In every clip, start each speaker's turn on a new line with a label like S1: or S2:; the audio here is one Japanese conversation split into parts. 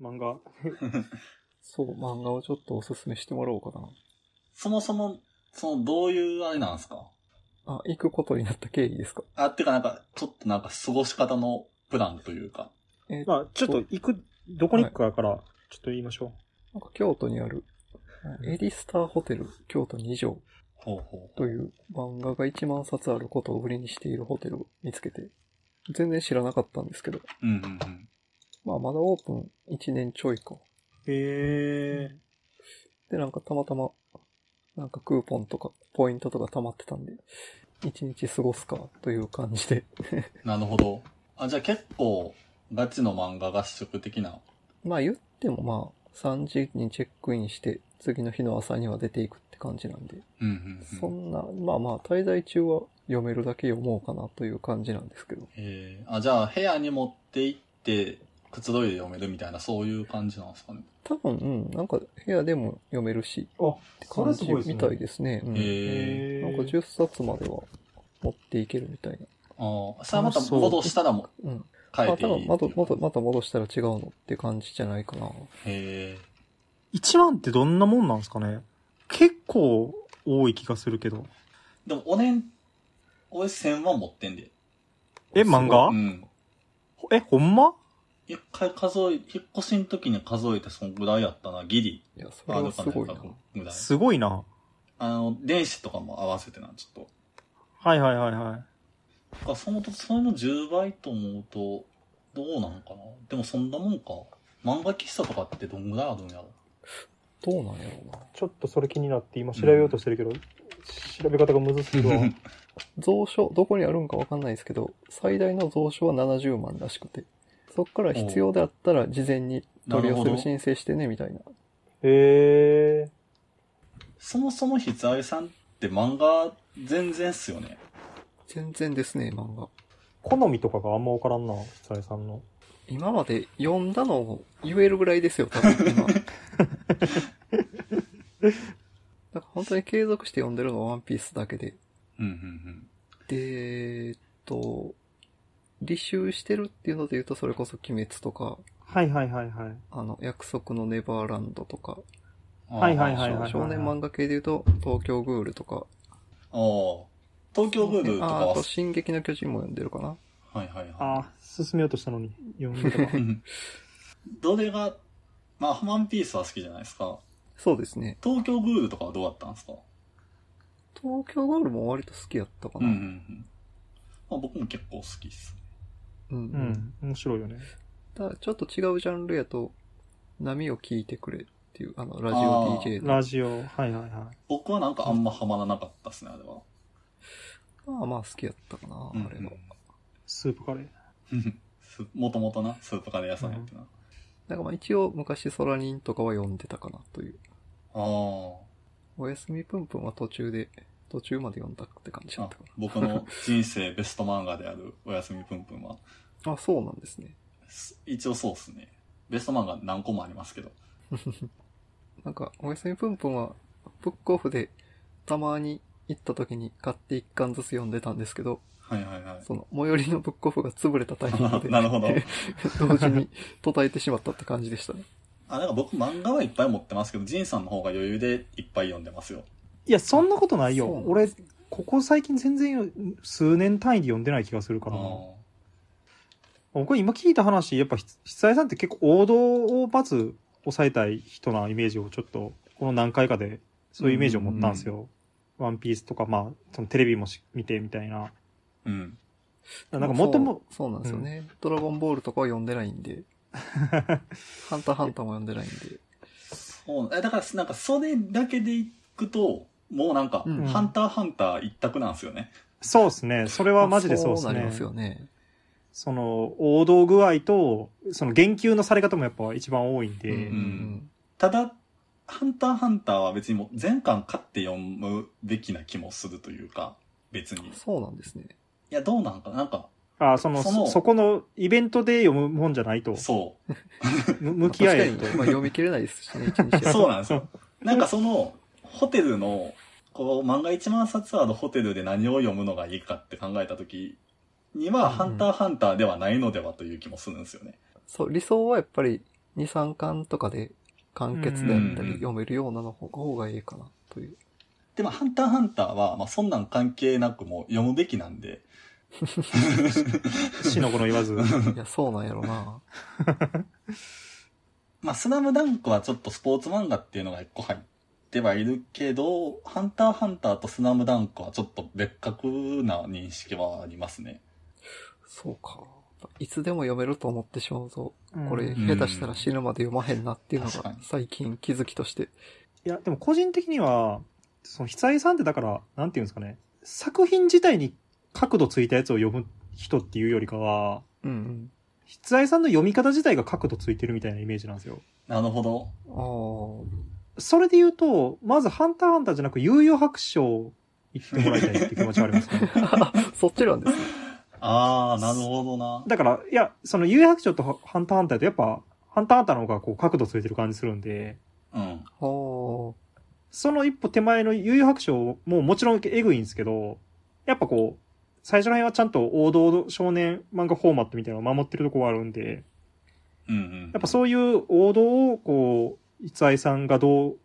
S1: 漫画。
S2: そう、漫画をちょっとおすすめしてもらおうかな。
S3: そもそも、その、どういうあれなんですか
S2: あ、行くことになった経緯ですか
S3: あ、てかなんか、ちょっとなんか過ごし方のプランというか。
S2: え
S1: まあ、ちょっと行く、どこに行くかから、ちょっと言いましょ
S2: なんか京都にある、エリスターホテル京都2条
S3: ほうほ
S2: という漫画が1万冊あることを売りにしているホテルを見つけて、全然知らなかったんですけど、
S3: う。うんうんうん。
S2: まあまだオープン1年ちょいか。
S1: う。へえ。
S2: で、なんかたまたま、なんかクーポンとかポイントとか溜まってたんで、1日過ごすかという感じで。
S3: なるほど。あ、じゃあ結構、ガチの漫画合宿的な。
S2: まあ言ってもまあ、3時にチェックインして、次の日の朝には出ていくって感じなんで、
S3: うんうんう
S2: そ
S3: ん。
S2: んな、まあまあ滞在中は読めるだけ読もうかなという感じなんですけど。
S3: えー、あ、じゃあ部屋に持って行って、くつろいで読めるみたいな、そういう感じなんですかね。
S2: 多分、うん、なんか部屋でも読めるし、
S1: あ、
S2: って
S1: そ
S2: 感
S1: れ
S2: じ
S1: すごいですね。
S2: みたいですね。うん
S3: えー、
S1: へー
S2: なんか10冊までは持っていけるみたい
S3: ああ、さあまた戻したらも、
S2: な。うん。
S3: 変え
S2: あ、
S3: て
S2: 多
S3: いいってい
S2: 分
S3: う。
S2: また、また、また戻したら違うのって感じじゃないかな。
S3: へえ。
S1: 1万ってどんなもんなんですかね結構多い気がするけど。
S3: でも、俺ん、俺1000は持ってんで。
S1: え、漫画
S3: うん。
S1: え、ほんま
S3: 一回数え、引っ越しの時に数えてそんぐらいやったな、ギリ。
S2: いや、それはすごいな。
S3: ぐらい。
S1: すごいな。
S3: あの、電子とかも合わせてな、ちょっ
S1: はいはいはいはい。
S3: と。か、そのと、それの10倍と思うと、どうなんかな。でもそんなもんか。漫画喫茶とかってどんぐらいあるんやろ。
S2: どうなんやろうな。
S1: ちょっとそれ気になって今調べようとしてるけど、調べ方がむずすぎる わ。
S2: 蔵書、どこにあるんかわかんないですけど、最大の蔵書は70万らしくて、そっから必要であったら事前に取り寄せる申請してね、みたいな。
S1: へえ。
S3: そもそもひつあいさんって漫画全然っすよね。
S2: 全然ですね、漫画。
S1: 好みとかがあんまわからんな、久江さんの。
S2: 今まで読んだのを言えるぐらいですよ、多分今。なんか本当に継続して読んでるのはワンピースだけで。
S3: うんうん
S2: で、えっと、履修してるっていうので言うと、それこそ鬼滅とか、
S1: はいはいはいはい。
S2: あの、約束のネバーランドとか、
S3: うん。
S1: はいはいはい
S3: あ
S1: はい
S2: 少年漫画系で言うと、東京グールとか、
S3: あー。東京ブールとか
S2: ああ
S3: は
S2: と、、進撃の巨人も読んでるかな。
S3: はいはいはい。
S1: ああ、進めようとしたのに、読んでたわ
S3: どれが、まあ、ワンピースは好きじゃないですか。
S2: そうですね。
S3: 東京グールとかはどうだったんですか
S2: 東京ゴールも割と好きやったか
S3: うん
S2: な。
S3: うんうん。まあ、僕も結構好きっす。
S2: うん。う。
S1: うんん、面白いよね。
S2: ただ、ちょっと違うジャンルやと、波を聞いてくれっていう、あの、ラジ
S3: あ
S2: オ
S3: ー
S2: DJ の。
S1: ラジオ、はいはいは
S3: 僕はなんかあんまハマらなかったっすね、あれは。
S2: まあまあ好きやったかな、あれは。
S1: い。スープカレー。
S3: うん。 すもともとな、スープカレー屋さんやってな。
S2: だからまあ一応昔ソラニンとかは読んでたかなという。おやすみぷんぷんは途中で、途中まで読んだって感じ
S3: あ
S2: だ
S3: あ
S2: ったか。
S3: 僕の人生ベスト漫画である、おやすみぷんぷんは、
S2: な。あ、そうなんですね。
S3: す一応そうっすね。ベスト漫画何個もありますけど。
S2: なんか、おやすみぷんぷんは、ブックオフでたまに行った時に買って一巻ずつ読んでたんですけど、
S3: はいはいはい。
S2: その、最寄りのブックオフが潰れたタイ ミングで。
S3: なるほど
S2: 同時に途絶えてしまったって感じでしたね。
S3: あ、なんか僕漫画はいっぱい持ってますけど、ジンさんの方が余裕でいっぱい読んでますよ。
S1: いや、そんなことないよ。
S2: そうなん
S1: 俺、ここ最近全然、数年単位で読んでない気がするからな。
S3: あ
S1: 僕今聞いた話、やっぱ、ひ久江さんって結構王道をまず抑えたい人なイメージをちょっと、この何回かで、そういうイメージを持ったんですよ。ワンピースとか、まあ、そのテレビもし見てみたいな。
S3: ーうん。
S1: なんかもとも、
S2: そうそうなんですよね、ドラゴンボールとかは読んでないん で、ハンターハンターも読んでないんで。
S3: そう、えだから、なんか、それだけでいくと、もうなんか、
S2: うん
S3: ハンターハンター一択なんですよね。
S1: そうですね。それはマジでそうです
S2: まあそうなり
S1: ね。
S2: ますよね。
S1: その、王道具合と、その言及のされ方もやっぱ一番多いんで、
S2: うんうん
S3: ただ、ハンターハンターは別にもう全巻買って読むべきな気もするというか、別
S2: う
S3: に。
S2: ん
S3: い
S2: そうなんですね。
S3: や、どうなんかな、なんか、
S1: あその
S3: そ
S1: そ
S3: の
S1: そこのイベントで読むもんじゃない と、
S3: そ
S1: む向き合える
S2: まあ
S1: と
S2: 確。かに、まあ、読み切れないですしね、一 日
S3: う。
S2: は
S3: そうなんですよ。なんかその、ホテルの、こう、漫画1万冊あるホテルで何を読むのがいいかって考えたときには、
S1: うん
S3: ハンターハンターではないのではという気もするんですよね。
S2: そう、理想はやっぱり2、3巻とかで完結であ
S3: うんうんう
S2: った
S3: ん
S2: り読めるようなの方がいいかな という。
S3: でも、ハンターハンターは、まあ、そんなん関係なくもう読むべきなんで。
S1: 死の子の言わず。
S2: いや、そうなんやろな。
S3: まあ、スラムダンクはちょっとスポーツ漫画っていうのが一個入ってはいるけど、ハンターハンターとスラムダンクはちょっと別格な認識はありますね。
S2: そうか。いつでも読めると思ってしまうと、 こ
S1: うん
S2: れ
S1: い
S2: 下手したら死ぬまで読まへんなっていうの
S3: うん確
S2: が
S3: かに
S2: 最近気づきとして。
S1: や、でも個人的には、その、久井さんってだから、なんていうんですかね、作品自体に角度ついたやつを読む人っていうよりかは、
S2: うん
S1: 筆愛さんの読み方自体が角度ついてるみたいなイメージなんですよ。
S3: なるほど。
S2: うん。あ
S1: それで言うと、まずハンターハンターじゃなく悠々白書行ってもらいたいっていう気持ちはありますね。
S2: あ。そっちなんですね。
S3: ああ、なるほどな。
S1: だから、いや、その悠々白書とハハンターハンターとやっぱ、ハンターハンターの方がこう角度ついてる感じするんで、
S3: うん。
S2: あー
S1: その一歩手前の悠々白書ももちろんえぐいんですけど、やっぱこう、最初の辺はちゃんと王道の少年漫画フォーマットみたいなのを守ってるとこはあるんで、
S3: うんうん。
S1: やっぱそういう王道をこう、逸愛さんがどう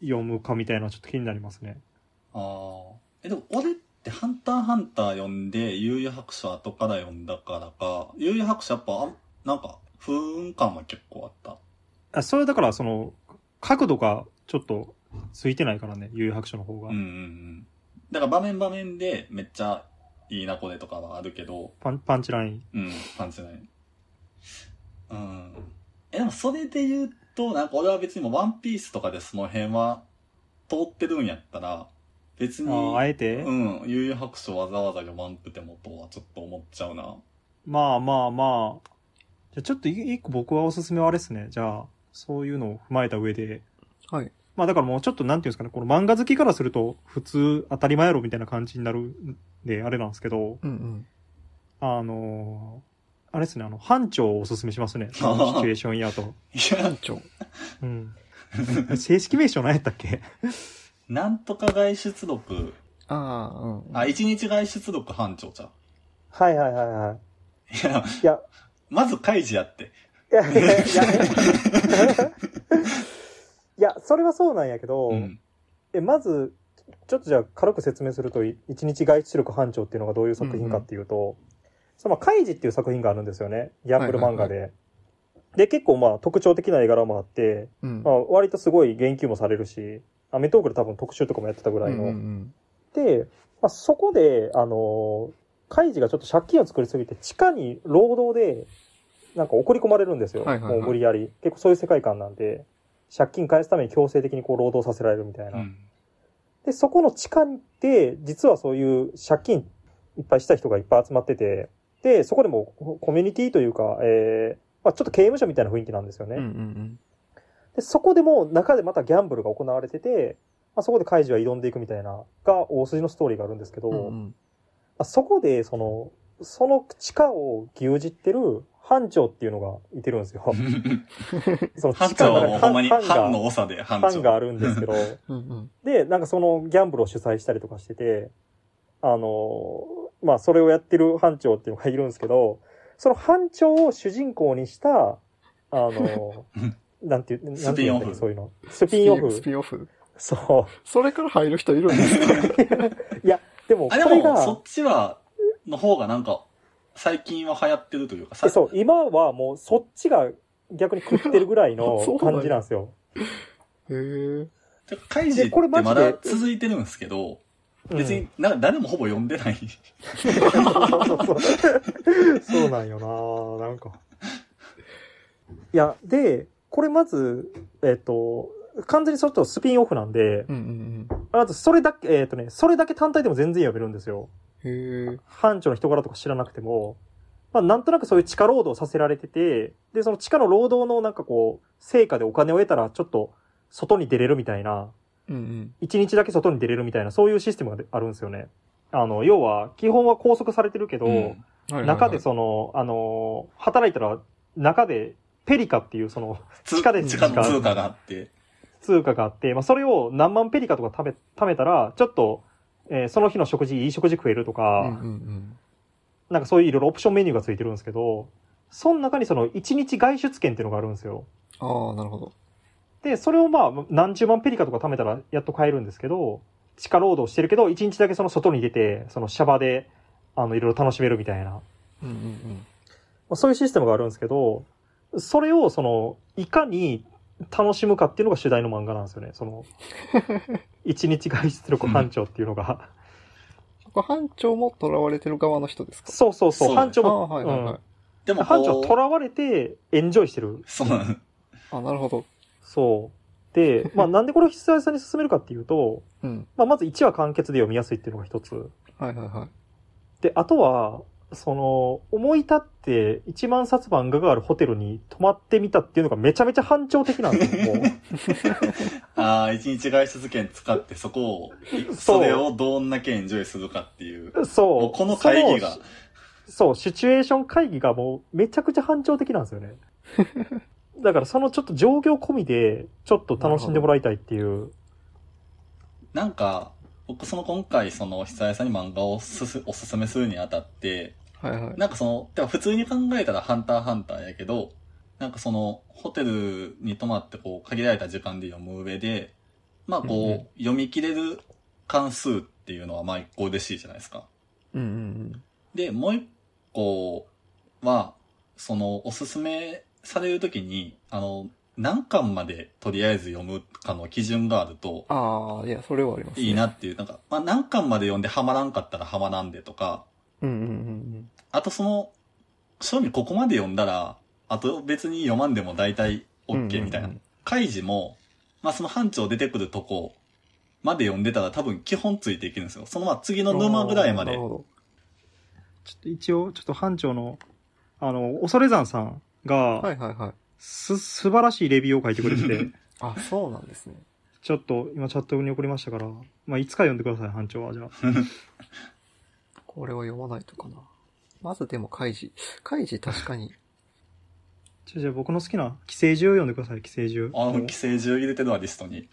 S1: 読むかみたいなのはちょっと気になりますね。
S3: ああ。え、でも俺ってハンターハンター読んで、悠々白書後から読んだからか、悠々白書やっぱ、あんなんか、不運感は結構あっ
S1: あ、それはだからその、角度がちょっとついてないからね、悠々白書の方
S3: た。
S1: が。
S3: うんうんうん。だから場面場面でめっちゃいいなこれとかはあるけど、
S1: パン、パンチライン。
S3: うん、感じない。うん。え、でもそれで言うと、なんか俺は別にもうワンピースとかでその辺は通ってるんやったら、別に、
S1: ああ、あえて、
S3: うん、悠々白書わざわざ読まんくてもとはちょっと思っちゃうな。
S1: まあまあまあ。じゃあちょっとい一個僕はおすすめはあれですね。じゃあ、そういうのを踏まえた上で。
S2: はい。
S1: まあだからもうちょっとなんていうんですかね、この漫画好きからすると普通当たり前やろみたいな感じになるんで、あれなんですけど、
S2: うんうん。
S1: あのーあれですね、あの、班長をおすすめしますね。そのシチュエーションやと。
S3: いや、
S2: 班長。
S1: うん。正式名称何やったっけ
S3: なんとか外出力、
S2: ああ、うん。
S3: あ、一日外出力班長じゃん。
S1: はいはいはいはい。
S3: いや、
S1: いや、
S3: まず開示やって。
S1: いや、いや、いや、いやそれはそうなんやけど、
S3: うん。
S1: えまず、ちょっとじゃあ軽く説明すると、い一日外出力班長っていうのがどういう作品かっていうと、その、まあカイジっていう作品があるんですよね。ギャンブル漫画で。で、結構まあ特徴的な絵柄もあって、
S2: うん
S1: ま。あ、割とすごい言及もされるし、アメトークで多分特集とかもやってたぐらいの。
S2: うんうん
S1: で、まあ、そこで、あのーカイジがちょっと借金を作りすぎて、地下に労働で、なんか送り込まれるんですよ。
S2: はいはいはい
S1: もう無理やり。結構そういう世界観なんで、借金返すために強制的にこう労働させられるみたいな。
S3: うん。
S1: で、そこの地下で、実はそういう借金いっぱいした人がいっぱい集まってて、で、そこでもココミュニティというか、えーまあちょっと刑務所みたいな雰囲気なんですよね。
S2: うんうんうん
S1: で、そこでも中でまたギャンブルが行われてて、まあ、そこでカイジは挑んでいくみたいな、が大筋のストーリーがあるんですけど、
S2: うんう
S1: ま
S2: ん。
S1: あ、そこで、その、その地下を牛耳ってる班長っていうのがいてるんです よ。その
S3: 班
S1: 地下の
S3: 長
S1: 中に
S3: はほんまに
S1: 班
S3: 班
S1: 班
S3: の
S1: が、
S3: 長で班
S1: 班が
S3: 長。
S1: あるんですけど、
S2: うんうん。
S1: で、なんかそのギャンブルを主催したりとかしてて、あのーまあ、それをやってる班長っていうのがいるんですけど、その班長を主人公にした、あのーなんていう、なんていうんだっけ
S3: ス
S1: そういうの。スピンオフ
S2: ス。ピンオフ。
S1: そ
S2: それから入る人いるんですか
S1: う。でも、こ
S3: あ、で
S1: れ
S3: も、そ
S1: が
S3: っ、ちは、の方がなんか、最近は流行ってるというか、
S1: え
S3: さ
S1: そう、今はもうそっちが逆に食ってるぐらい
S2: そう
S1: の
S2: なんや
S1: 感じなんですよ。
S2: へえ。
S3: てかカイジっ
S1: で
S3: て
S1: これマ
S3: ま
S1: ジで
S3: だ続いてるんですけど、
S1: うん
S3: 別に、な誰もほぼ読んでない。
S1: そうそうそう。そうなんよななんか。いや、で、これまず、えっ、と、完全にそれとスピンオフなんで、
S2: うんうん
S1: あとそれだけ、えっ、とね、それだけ単体でも全然読めるんですよ。
S2: うん。へえ。
S1: 班長の人柄とか知らなくても、まあなんとなくそういう地下労働をさせられてて、で、その地下の労働のなんかこう、成果でお金を得たらちょっと外に出れるみたいな、
S2: うんうん。
S1: 一日だけ外に出れるみたいな、そういうシステムがあるんですよね。あの、要は、基本は拘束されてるけど、
S3: うん
S2: はいはいはい
S1: 中でその、あのー働いたら、中でペリカっていうその
S3: つ
S1: 地下で
S3: 地下の通貨があって。
S1: 通貨があって、まあ、それを何万ペリカとか食べ、貯めたら、ちょっと、えーその日の食事、いい食事食えるとか、
S2: うんうん
S1: なんかそういういろいろオプションメニューがついてるんですけど、その中にその1日外出券っていうのがあるんですよ。
S2: ああ、なるほど。
S1: で、それをまあ、何十万ペリカとか貯めたらやっと買えるんですけど、地下労働してるけど、一日だけその外に出て、そのシャバで、あの、いろいろ楽しめるみたいな、ま
S2: うんうんうん。
S1: あそういうシステムがあるんですけど、それをその、いかに楽しむかっていうのが主題の漫画なんですよね。そ の、一日外出力班長っていうのが。
S2: そこ班長も囚われてる側の人ですか
S1: そうそうそ、
S3: そうう
S1: 班長
S2: あ
S1: も、
S2: あ、はいはいはい。
S3: で
S1: うん
S3: も
S1: 班長
S3: こ
S1: 囚
S3: う、
S1: われてエンジョイしてる。
S3: そうなの。
S2: あ、なるほど。
S1: そう。で、 まあなんでこれを必要さんに進めるかっていうと、
S2: うん。
S1: まあまず1話完結で読みやすいっていうのが一つ。
S2: はいはいはい。
S1: で、あとは、その、思い立って1万冊漫画があるホテルに泊まってみたっていうのがめちゃめちゃ反調的なんです よ、も
S3: ああ、一日外出券使ってそこを、
S1: そう
S3: それをどんだけエンジョイするかっていう。
S1: う。そ
S3: も
S1: う。
S3: うこの会議が
S1: その。そう、シチュエーション会議がもうめちゃくちゃ反調的なんですよ ね。だからそのちょっと状況込みで、ちょっと楽しんでもらいたいっていう。
S3: なんか、僕その今回その久江さんに漫画をすすおすすめするにあたって、
S2: はいはい。
S3: なんかその、でも普通に考えたらハンターハンターやけど、なんかその、ホテルに泊まってこう、限られた時間で読む上で、まあこう、
S2: うんうん
S3: 読み切れる関数っていうのはまあ一個嬉しいじゃないですか。
S2: うんうん
S3: で、もう一個は、その、おすすめされるときに、あの、何巻までとりあえず読むかの基準があると、
S2: うん。ああ、いや、それはあります、ね。
S3: いいな。っていう、なんか、まあ何巻まで読んでハマらんかったらハマらんでとか、
S2: うんうんうん
S3: あとその、正味ここまで読んだら、あと別に読まんでも大体
S2: うん。うんうんう
S3: OK
S2: ん
S3: みたいな。。カイジも、まあその班長出てくるとこまで読んでたら多分基本ついていけるんですよ。そのまあ次の沼ぐらいま
S2: な
S3: で
S2: る。ほ
S1: ちょっと一応、ちょっと班長の、あの、恐れ山さんが、
S2: ど。はいはいはい。
S1: す、素晴らしいレビューを書いてくれて て、
S2: あ、そうなんですね。
S1: ちょっと今チャットに送りましたから、まあ、いつか読んでください、班長は。じゃあ。
S2: これは読まないとかな。まずでも、カイジ。カイジ確かに。
S1: じゃあじゃあ僕の好きな、寄生獣を読んでください、寄生獣。
S3: あの、寄生獣入れてるわ、リストに。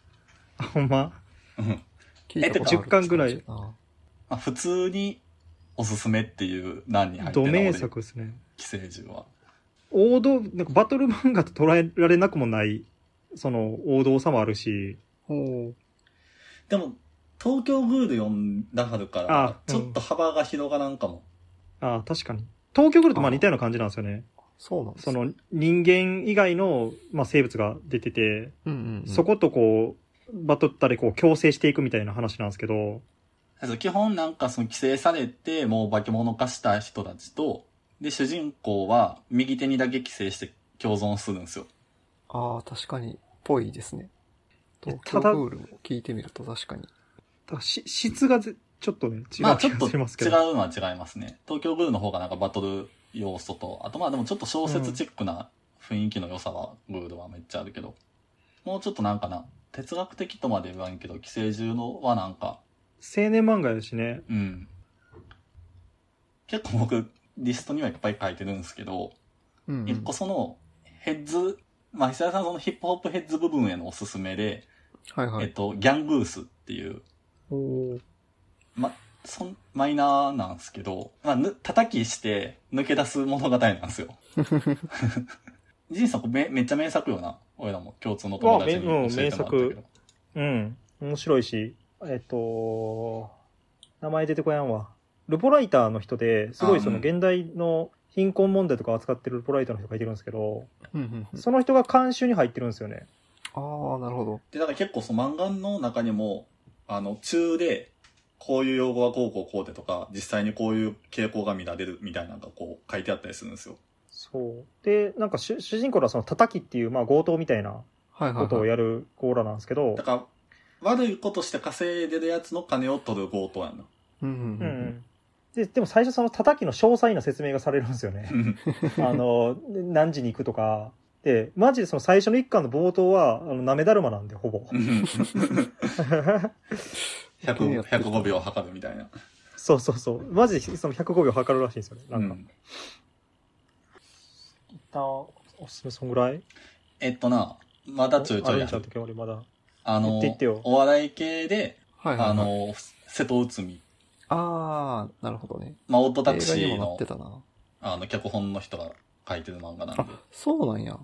S1: あほんま
S3: うん
S2: 聞いたことある
S1: 10巻ぐらい
S2: あ
S3: まあ普通におすすめっていう欄に入って
S1: ド
S3: る
S1: 名
S3: 俺
S1: 作ですね。
S3: 寄生獣は。
S1: 王道、なんかバトル漫画と捉えられなくもない、その、王道さもあるし、
S2: ーおー
S3: でも、東京グール読んだはるか
S1: あ
S3: ら、
S1: うん
S3: ちょっと幅が広がらんかも。
S1: ああ、確かに。東京来るとまあ似たような感じなんですよね。
S2: そうなんです
S1: そ、の、人間以外の、まあ、生物が出てて、
S2: うんうんうん、
S1: そことこう、バトったりこう、共生していくみたいな話なんですけど、
S3: 基本なんかその規制されてもう化け物化した人たちと、で、主人公は右手にだけ規制して共存するんですよ。
S2: ああ、確かに、ぽいですね。
S1: え
S2: 東
S1: た
S2: 京
S1: だ
S2: ブールも聞いてみると確かに。
S1: だからし質がぜちょっとね、違う気
S3: まあ
S1: が
S3: ちょっと違
S1: し
S3: う
S1: ますけど。
S3: のは違いますね。東京ブルーの方がなんかバトル要素と、あとまあでもちょっと小説チックな雰囲気の良さは、ブルーはめっちゃあるけど、もうちょっとなんかな、哲学的とまで言わんけど、寄生獣のはなんか、
S1: 青年漫画やしね。
S3: うん。結構僕、リストにはいっぱい書いてるんですけど、
S2: うん、うん。
S3: 一個その、ヘッズ、まあ、久田さんそのヒップホップヘッズ部分へのおすすめで、
S2: はいは
S3: えっ
S2: い。
S3: と、ギャングースっていう、
S2: おおー
S3: ま、そん、マイナーなんですけど、まあ、ぬ、叩きして抜け出す物語なんですよ。ジンさんこれめ、めっちゃ名作よな。俺らも共通の友達に
S1: うわめうん
S3: 教えてもらったけど。
S1: うん。面白いし、えっと、名前出てこやんわ。ルポライターの人で、すごいその
S3: あうん
S1: 現代の貧困問題とか扱ってるルポライターの人がいてるんですけど、
S2: うんうんうん
S1: その人が監修に入ってるんですよね。
S2: ああ、なるほど。
S3: で、だから結構その漫画の中にも、あの、中で、こういう用語はこうこうこうでとか、実際にこういう傾向が見られるみたいなのがこう書いてあったりするんですよ。
S1: そう。で、なんか主主人公らその叩きっていう、まあ強盗みたいな
S2: はいはい、はい。
S1: ことをやるコーラなんですけど
S3: だ、から、悪いことして稼いでるやつの金を取る強盗やな。
S2: うんう
S1: う
S2: んうん
S1: うんん。で、でも最初その叩きの詳細な説明がされるんですよ ね。あの、で何時に行くとか。で、マジでその最初の一巻の冒頭は、あの、なめだるまなんで、 ほぼ。
S3: 100 105秒測るみたいな。
S1: そうそうそう。マジでその105秒測るらしいんですよね。なんか。
S3: うん
S1: あおすすめそんぐらい
S3: えっとな、まだちょいちょ
S1: あ
S3: い
S1: る
S3: や
S1: んちゃんと今日俺まだ。
S3: あ
S1: 言
S3: の
S1: って言ってよ、
S3: お笑い系で、
S2: はいはい、はい。
S3: あ、の、瀬戸内海、
S2: ああ、なるほどね。
S3: まあ、オートタクシ
S2: 映画
S3: ー
S2: にもなっ
S3: の
S2: て、たな。
S3: あの、脚本の人が書いてる漫画なんで
S2: あ。、そうなんや。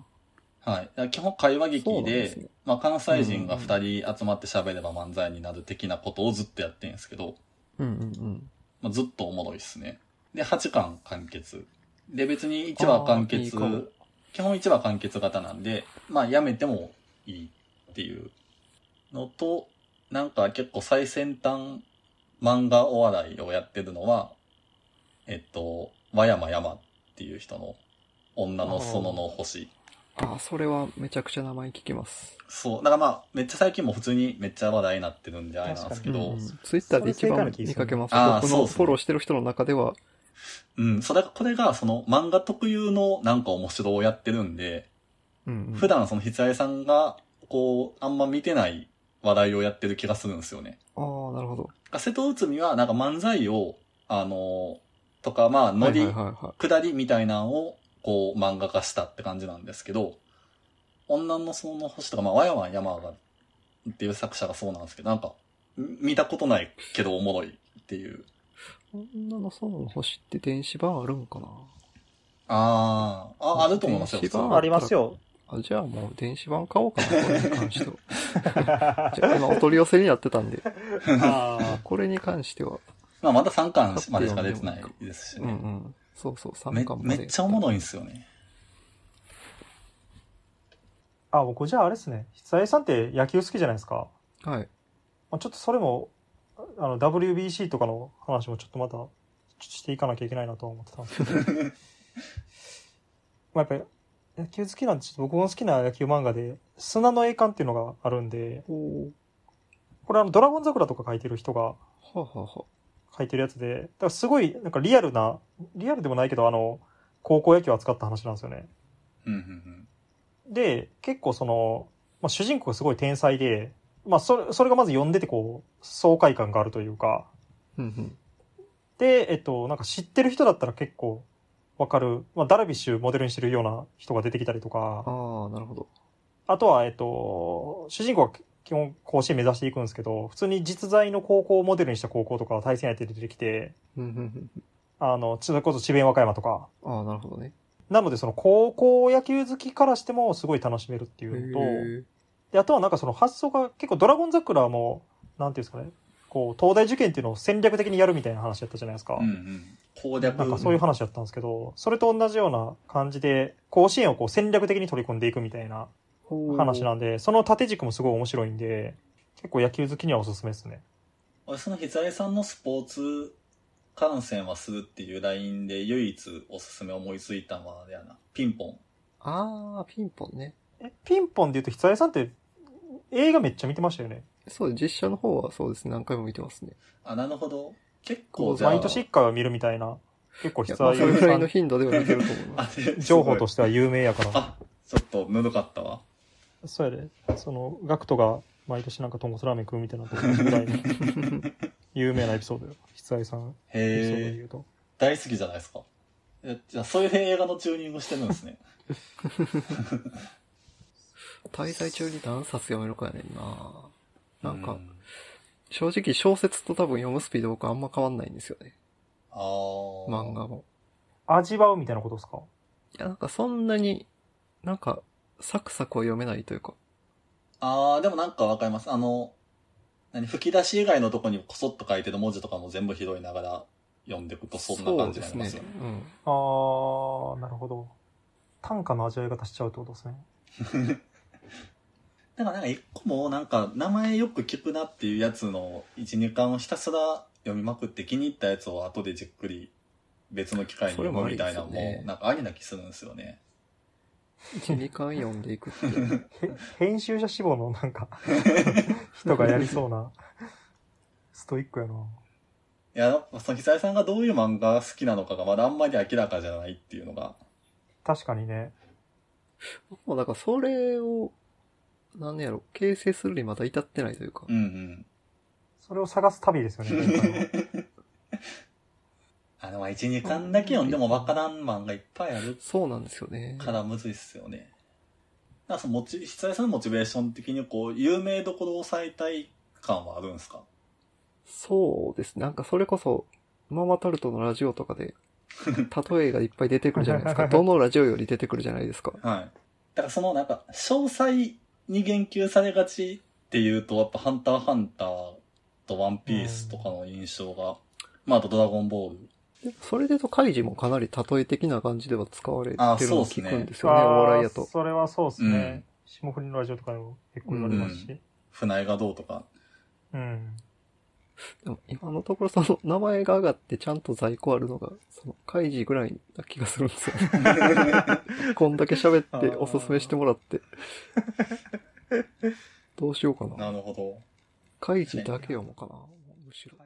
S3: はい。だから基本会話劇
S2: そうなん
S3: で、
S2: ですね
S3: まあ関西人が2人集まって喋れば漫才になる的なことをずっとやってるんですけど、
S2: うんうん
S3: まあ、ずっとおもろいっすね。で、8巻完結。で、別に1話完
S2: あーいい
S3: 結
S2: かも
S3: 基本1話完結型なんで、まあやめてもいいっていうのと、なんか結構最先端漫画お笑いをやってるのは、えっと、和山山っていう人の女の園の星。
S2: うん。ああ、それはめちゃくちゃ名前聞きます。
S3: そう。だからまあ、めっちゃ最近も普通にめっちゃ話題になってるんであれなんですけ
S2: う
S3: ど、
S2: んツイッターで一番見かけます。
S3: あー
S2: 僕
S3: そう
S2: の
S3: っすね
S2: フォローしてる人の中では、
S3: うん、それが、これが、その漫画特有のなんか面白をやってるんで、
S2: うんうん
S3: 普段そのひつあいさんが、こう、あんま見てない話題をやってる気がするんですよね。
S2: ああ、なるほど。
S3: 瀬戸内海はなんか漫才を、あの、とか、まあ、ノ
S2: はい
S3: リ
S2: はい、はいは
S3: 下りみたいなのを、こう、漫画化したって感じなんですけど、女のその星とか、まあ、わやわ山が、っていう作者がそうなんですけど、なんか、ん見たことないけどおもろいっていう。
S2: い。女の園の星って電子版あるんかな
S3: あーあ、あると思いますよ、普
S2: 一
S3: 通
S2: 番
S1: あります よ。
S2: あ、じゃあもう電子版買おうかな、これに関して は。じゃあ今お取り寄せになってたんで、
S1: あ
S2: これに関しては、
S3: まあ、まだ3巻までしか出てないですし
S2: うんう
S3: ね。
S2: ん。そうそう、3
S3: め
S2: 巻ま
S3: め
S2: で。
S3: っちゃおもろいんですよね。
S1: あ、あ僕じゃああれですね。久江さんって野球好きじゃないですか。ま
S2: はい。
S1: あ、ちょっとそれも、あの、WBC とかの話もちょっとまた、ちょっとしていかなきゃいけないなとは思ってたんですけど。 まあやっぱり、野球好きなんで、ちょっと僕の好きな野球漫画で、砂の栄冠っていうのがあるんで、
S2: お
S1: これあの、ドラゴン桜とか書いてる人が
S2: はあ、はあは
S1: 書いてるやつで、だからすごい、なんかリアルな、リアルでもないけど、あの、高校野球を扱った話なんですよね。
S3: うんうん
S1: で、結構その、まあ、主人公がすごい天才で、まあ、それ、それがまず読んでてこう、爽快感があるというか、
S2: あ、うんうん。
S1: で、えっと、なんか知ってる人だったら結構わかる、まあ、ダルビッシュモデルにしてるような人が出てきたりとか、
S2: ああ、なるほど。
S1: あとは、えっと、主人公は基本甲子園目指していくんですけど、普通に実在の高校をモデルにした高校とか対戦相手で出てきて、
S2: うんうん
S1: あの、それこそ智弁和歌山とか、
S2: うん。ああ、なるほどね。
S1: なのでその高校野球好きからしてもすごい楽しめるって
S2: へ
S1: いうのと、
S2: え。
S1: で、あとはなんかその発想が結構ドラゴン桜も、なんていうんですかね、こう、東大受験っていうのを戦略的にやるみたいな話やったじゃないですか。
S3: うん。うんうん。攻略。
S1: なんかそういう話やったんですけど、それと同じような感じで、甲子園をこう戦略的に取り込んでいくみたいな話なんで、その縦軸もすごい面白いんで、結構野球好きにはおすすめですね。
S3: 俺そのひつあいさんのスポーツ観戦はするっていうラインで唯一おすすめ思いついたのはあれやな。ピンポン。
S2: ああ、ピンポンね。
S1: え、ピンポンで言うと、ひつあいさんって映画めっちゃ見てましたよね。
S2: そうです、実写の方はそうですね、何回も見てますね。
S3: あ、なるほど。結構じゃあ。
S1: 毎年1回は見るみたいな、結構
S2: い
S1: ひ
S2: や、
S1: つ
S2: ま
S1: あ
S2: あ、
S1: い
S2: それぐら
S1: さ
S2: いの
S1: ん
S2: 頻度では見てると思いま
S3: あ
S2: す。
S3: で
S1: 情報と
S3: す
S1: しては有名やから
S3: ごい。あ、ちょっとぬるかったわ。
S1: そうやで、その、ガクトが毎年なんか豚骨ラーメン食うみたいなと同じぐらいの有名なエピソードよ。ひつあいさんエピソードで
S3: へえ。
S1: 言うと。
S3: 大好きじゃないですか。えじゃあそういう映画のチューニングしてるんですね。
S2: 滞在中に何冊読めるかやねんななん
S3: う
S2: か、正直小説と多分読むスピード僕あんま変わんないんですよね。
S3: あー
S2: 漫。画も。
S1: 味わうみたいなことですか
S2: いや、なんかそんなに、なんか、サクサクは読めないというか。
S3: あー、でもなんかわかります。あの、何、吹き出し以外のとこにこそっと書いてる文字とかも全部拾いながら読んでいくとそんな感じになりますよね。
S2: うん。
S1: あー、なるほど。短歌の味わい方しちゃうってことですね。
S3: だからなんか一個もなんか名前よく聞くなっていうやつの1、2巻をひたすら読みまくって気に入ったやつを後でじっくり別の機会に読むみたいなの
S2: それもありです
S3: も
S2: よね
S3: なんかありな気するんですよね。
S2: 1、2巻読んでいくっていう。
S1: へ編集者志望のなんか、 人がやりそうな、ストイックやな。
S3: いや、やっぱその久井さんがどういう漫画が好きなのかがまだあんまり明らかじゃないっていうのが。
S1: 確かにね。
S2: もうなんかそれを、なんやろ、形成するにまだ至ってないというか
S3: う。んうん。
S1: それを探す旅です よね今回は。
S3: あの、まあ1、2巻だけ読んでもわからん漫画いっぱいある
S2: そうなんですよね。
S3: からむずいっすよね。なんかそのモチ、久井さんのモチベーション的にこう、有名どころを抑えたい感はあるんですか
S2: そうですね。なんかそれこそ、ママタルトのラジ オとかで、例えがいっぱい出てくるじゃないですか。どのラジオより出てくるじゃないですか。
S3: はい。だからそのなんか、詳細に言及されがちっていうと、やっぱハンターハンターとワンピースとかの印象が、まああとドラゴンボール。
S2: でもそれで言うと、カイジもかなり例え的な感じでは使われてるのを
S3: あそうっす
S2: 聞
S3: ね
S2: くんですよね、お笑いやと。
S1: それはそうです
S3: う
S1: ね
S3: ん。
S1: 霜降りのラジオとかでも結構言われますし。
S3: 船江がどうとか。
S1: うん。
S2: でも今のところその名前が上がってちゃんと在庫あるのが、そのカイジぐらいな気がするんですよね。 こんだけ喋
S1: あ
S2: って
S1: ー
S2: おすすめしてもらって。どうしようかな。
S3: なるほど。
S2: カイジだけ読もうかな。むしろ。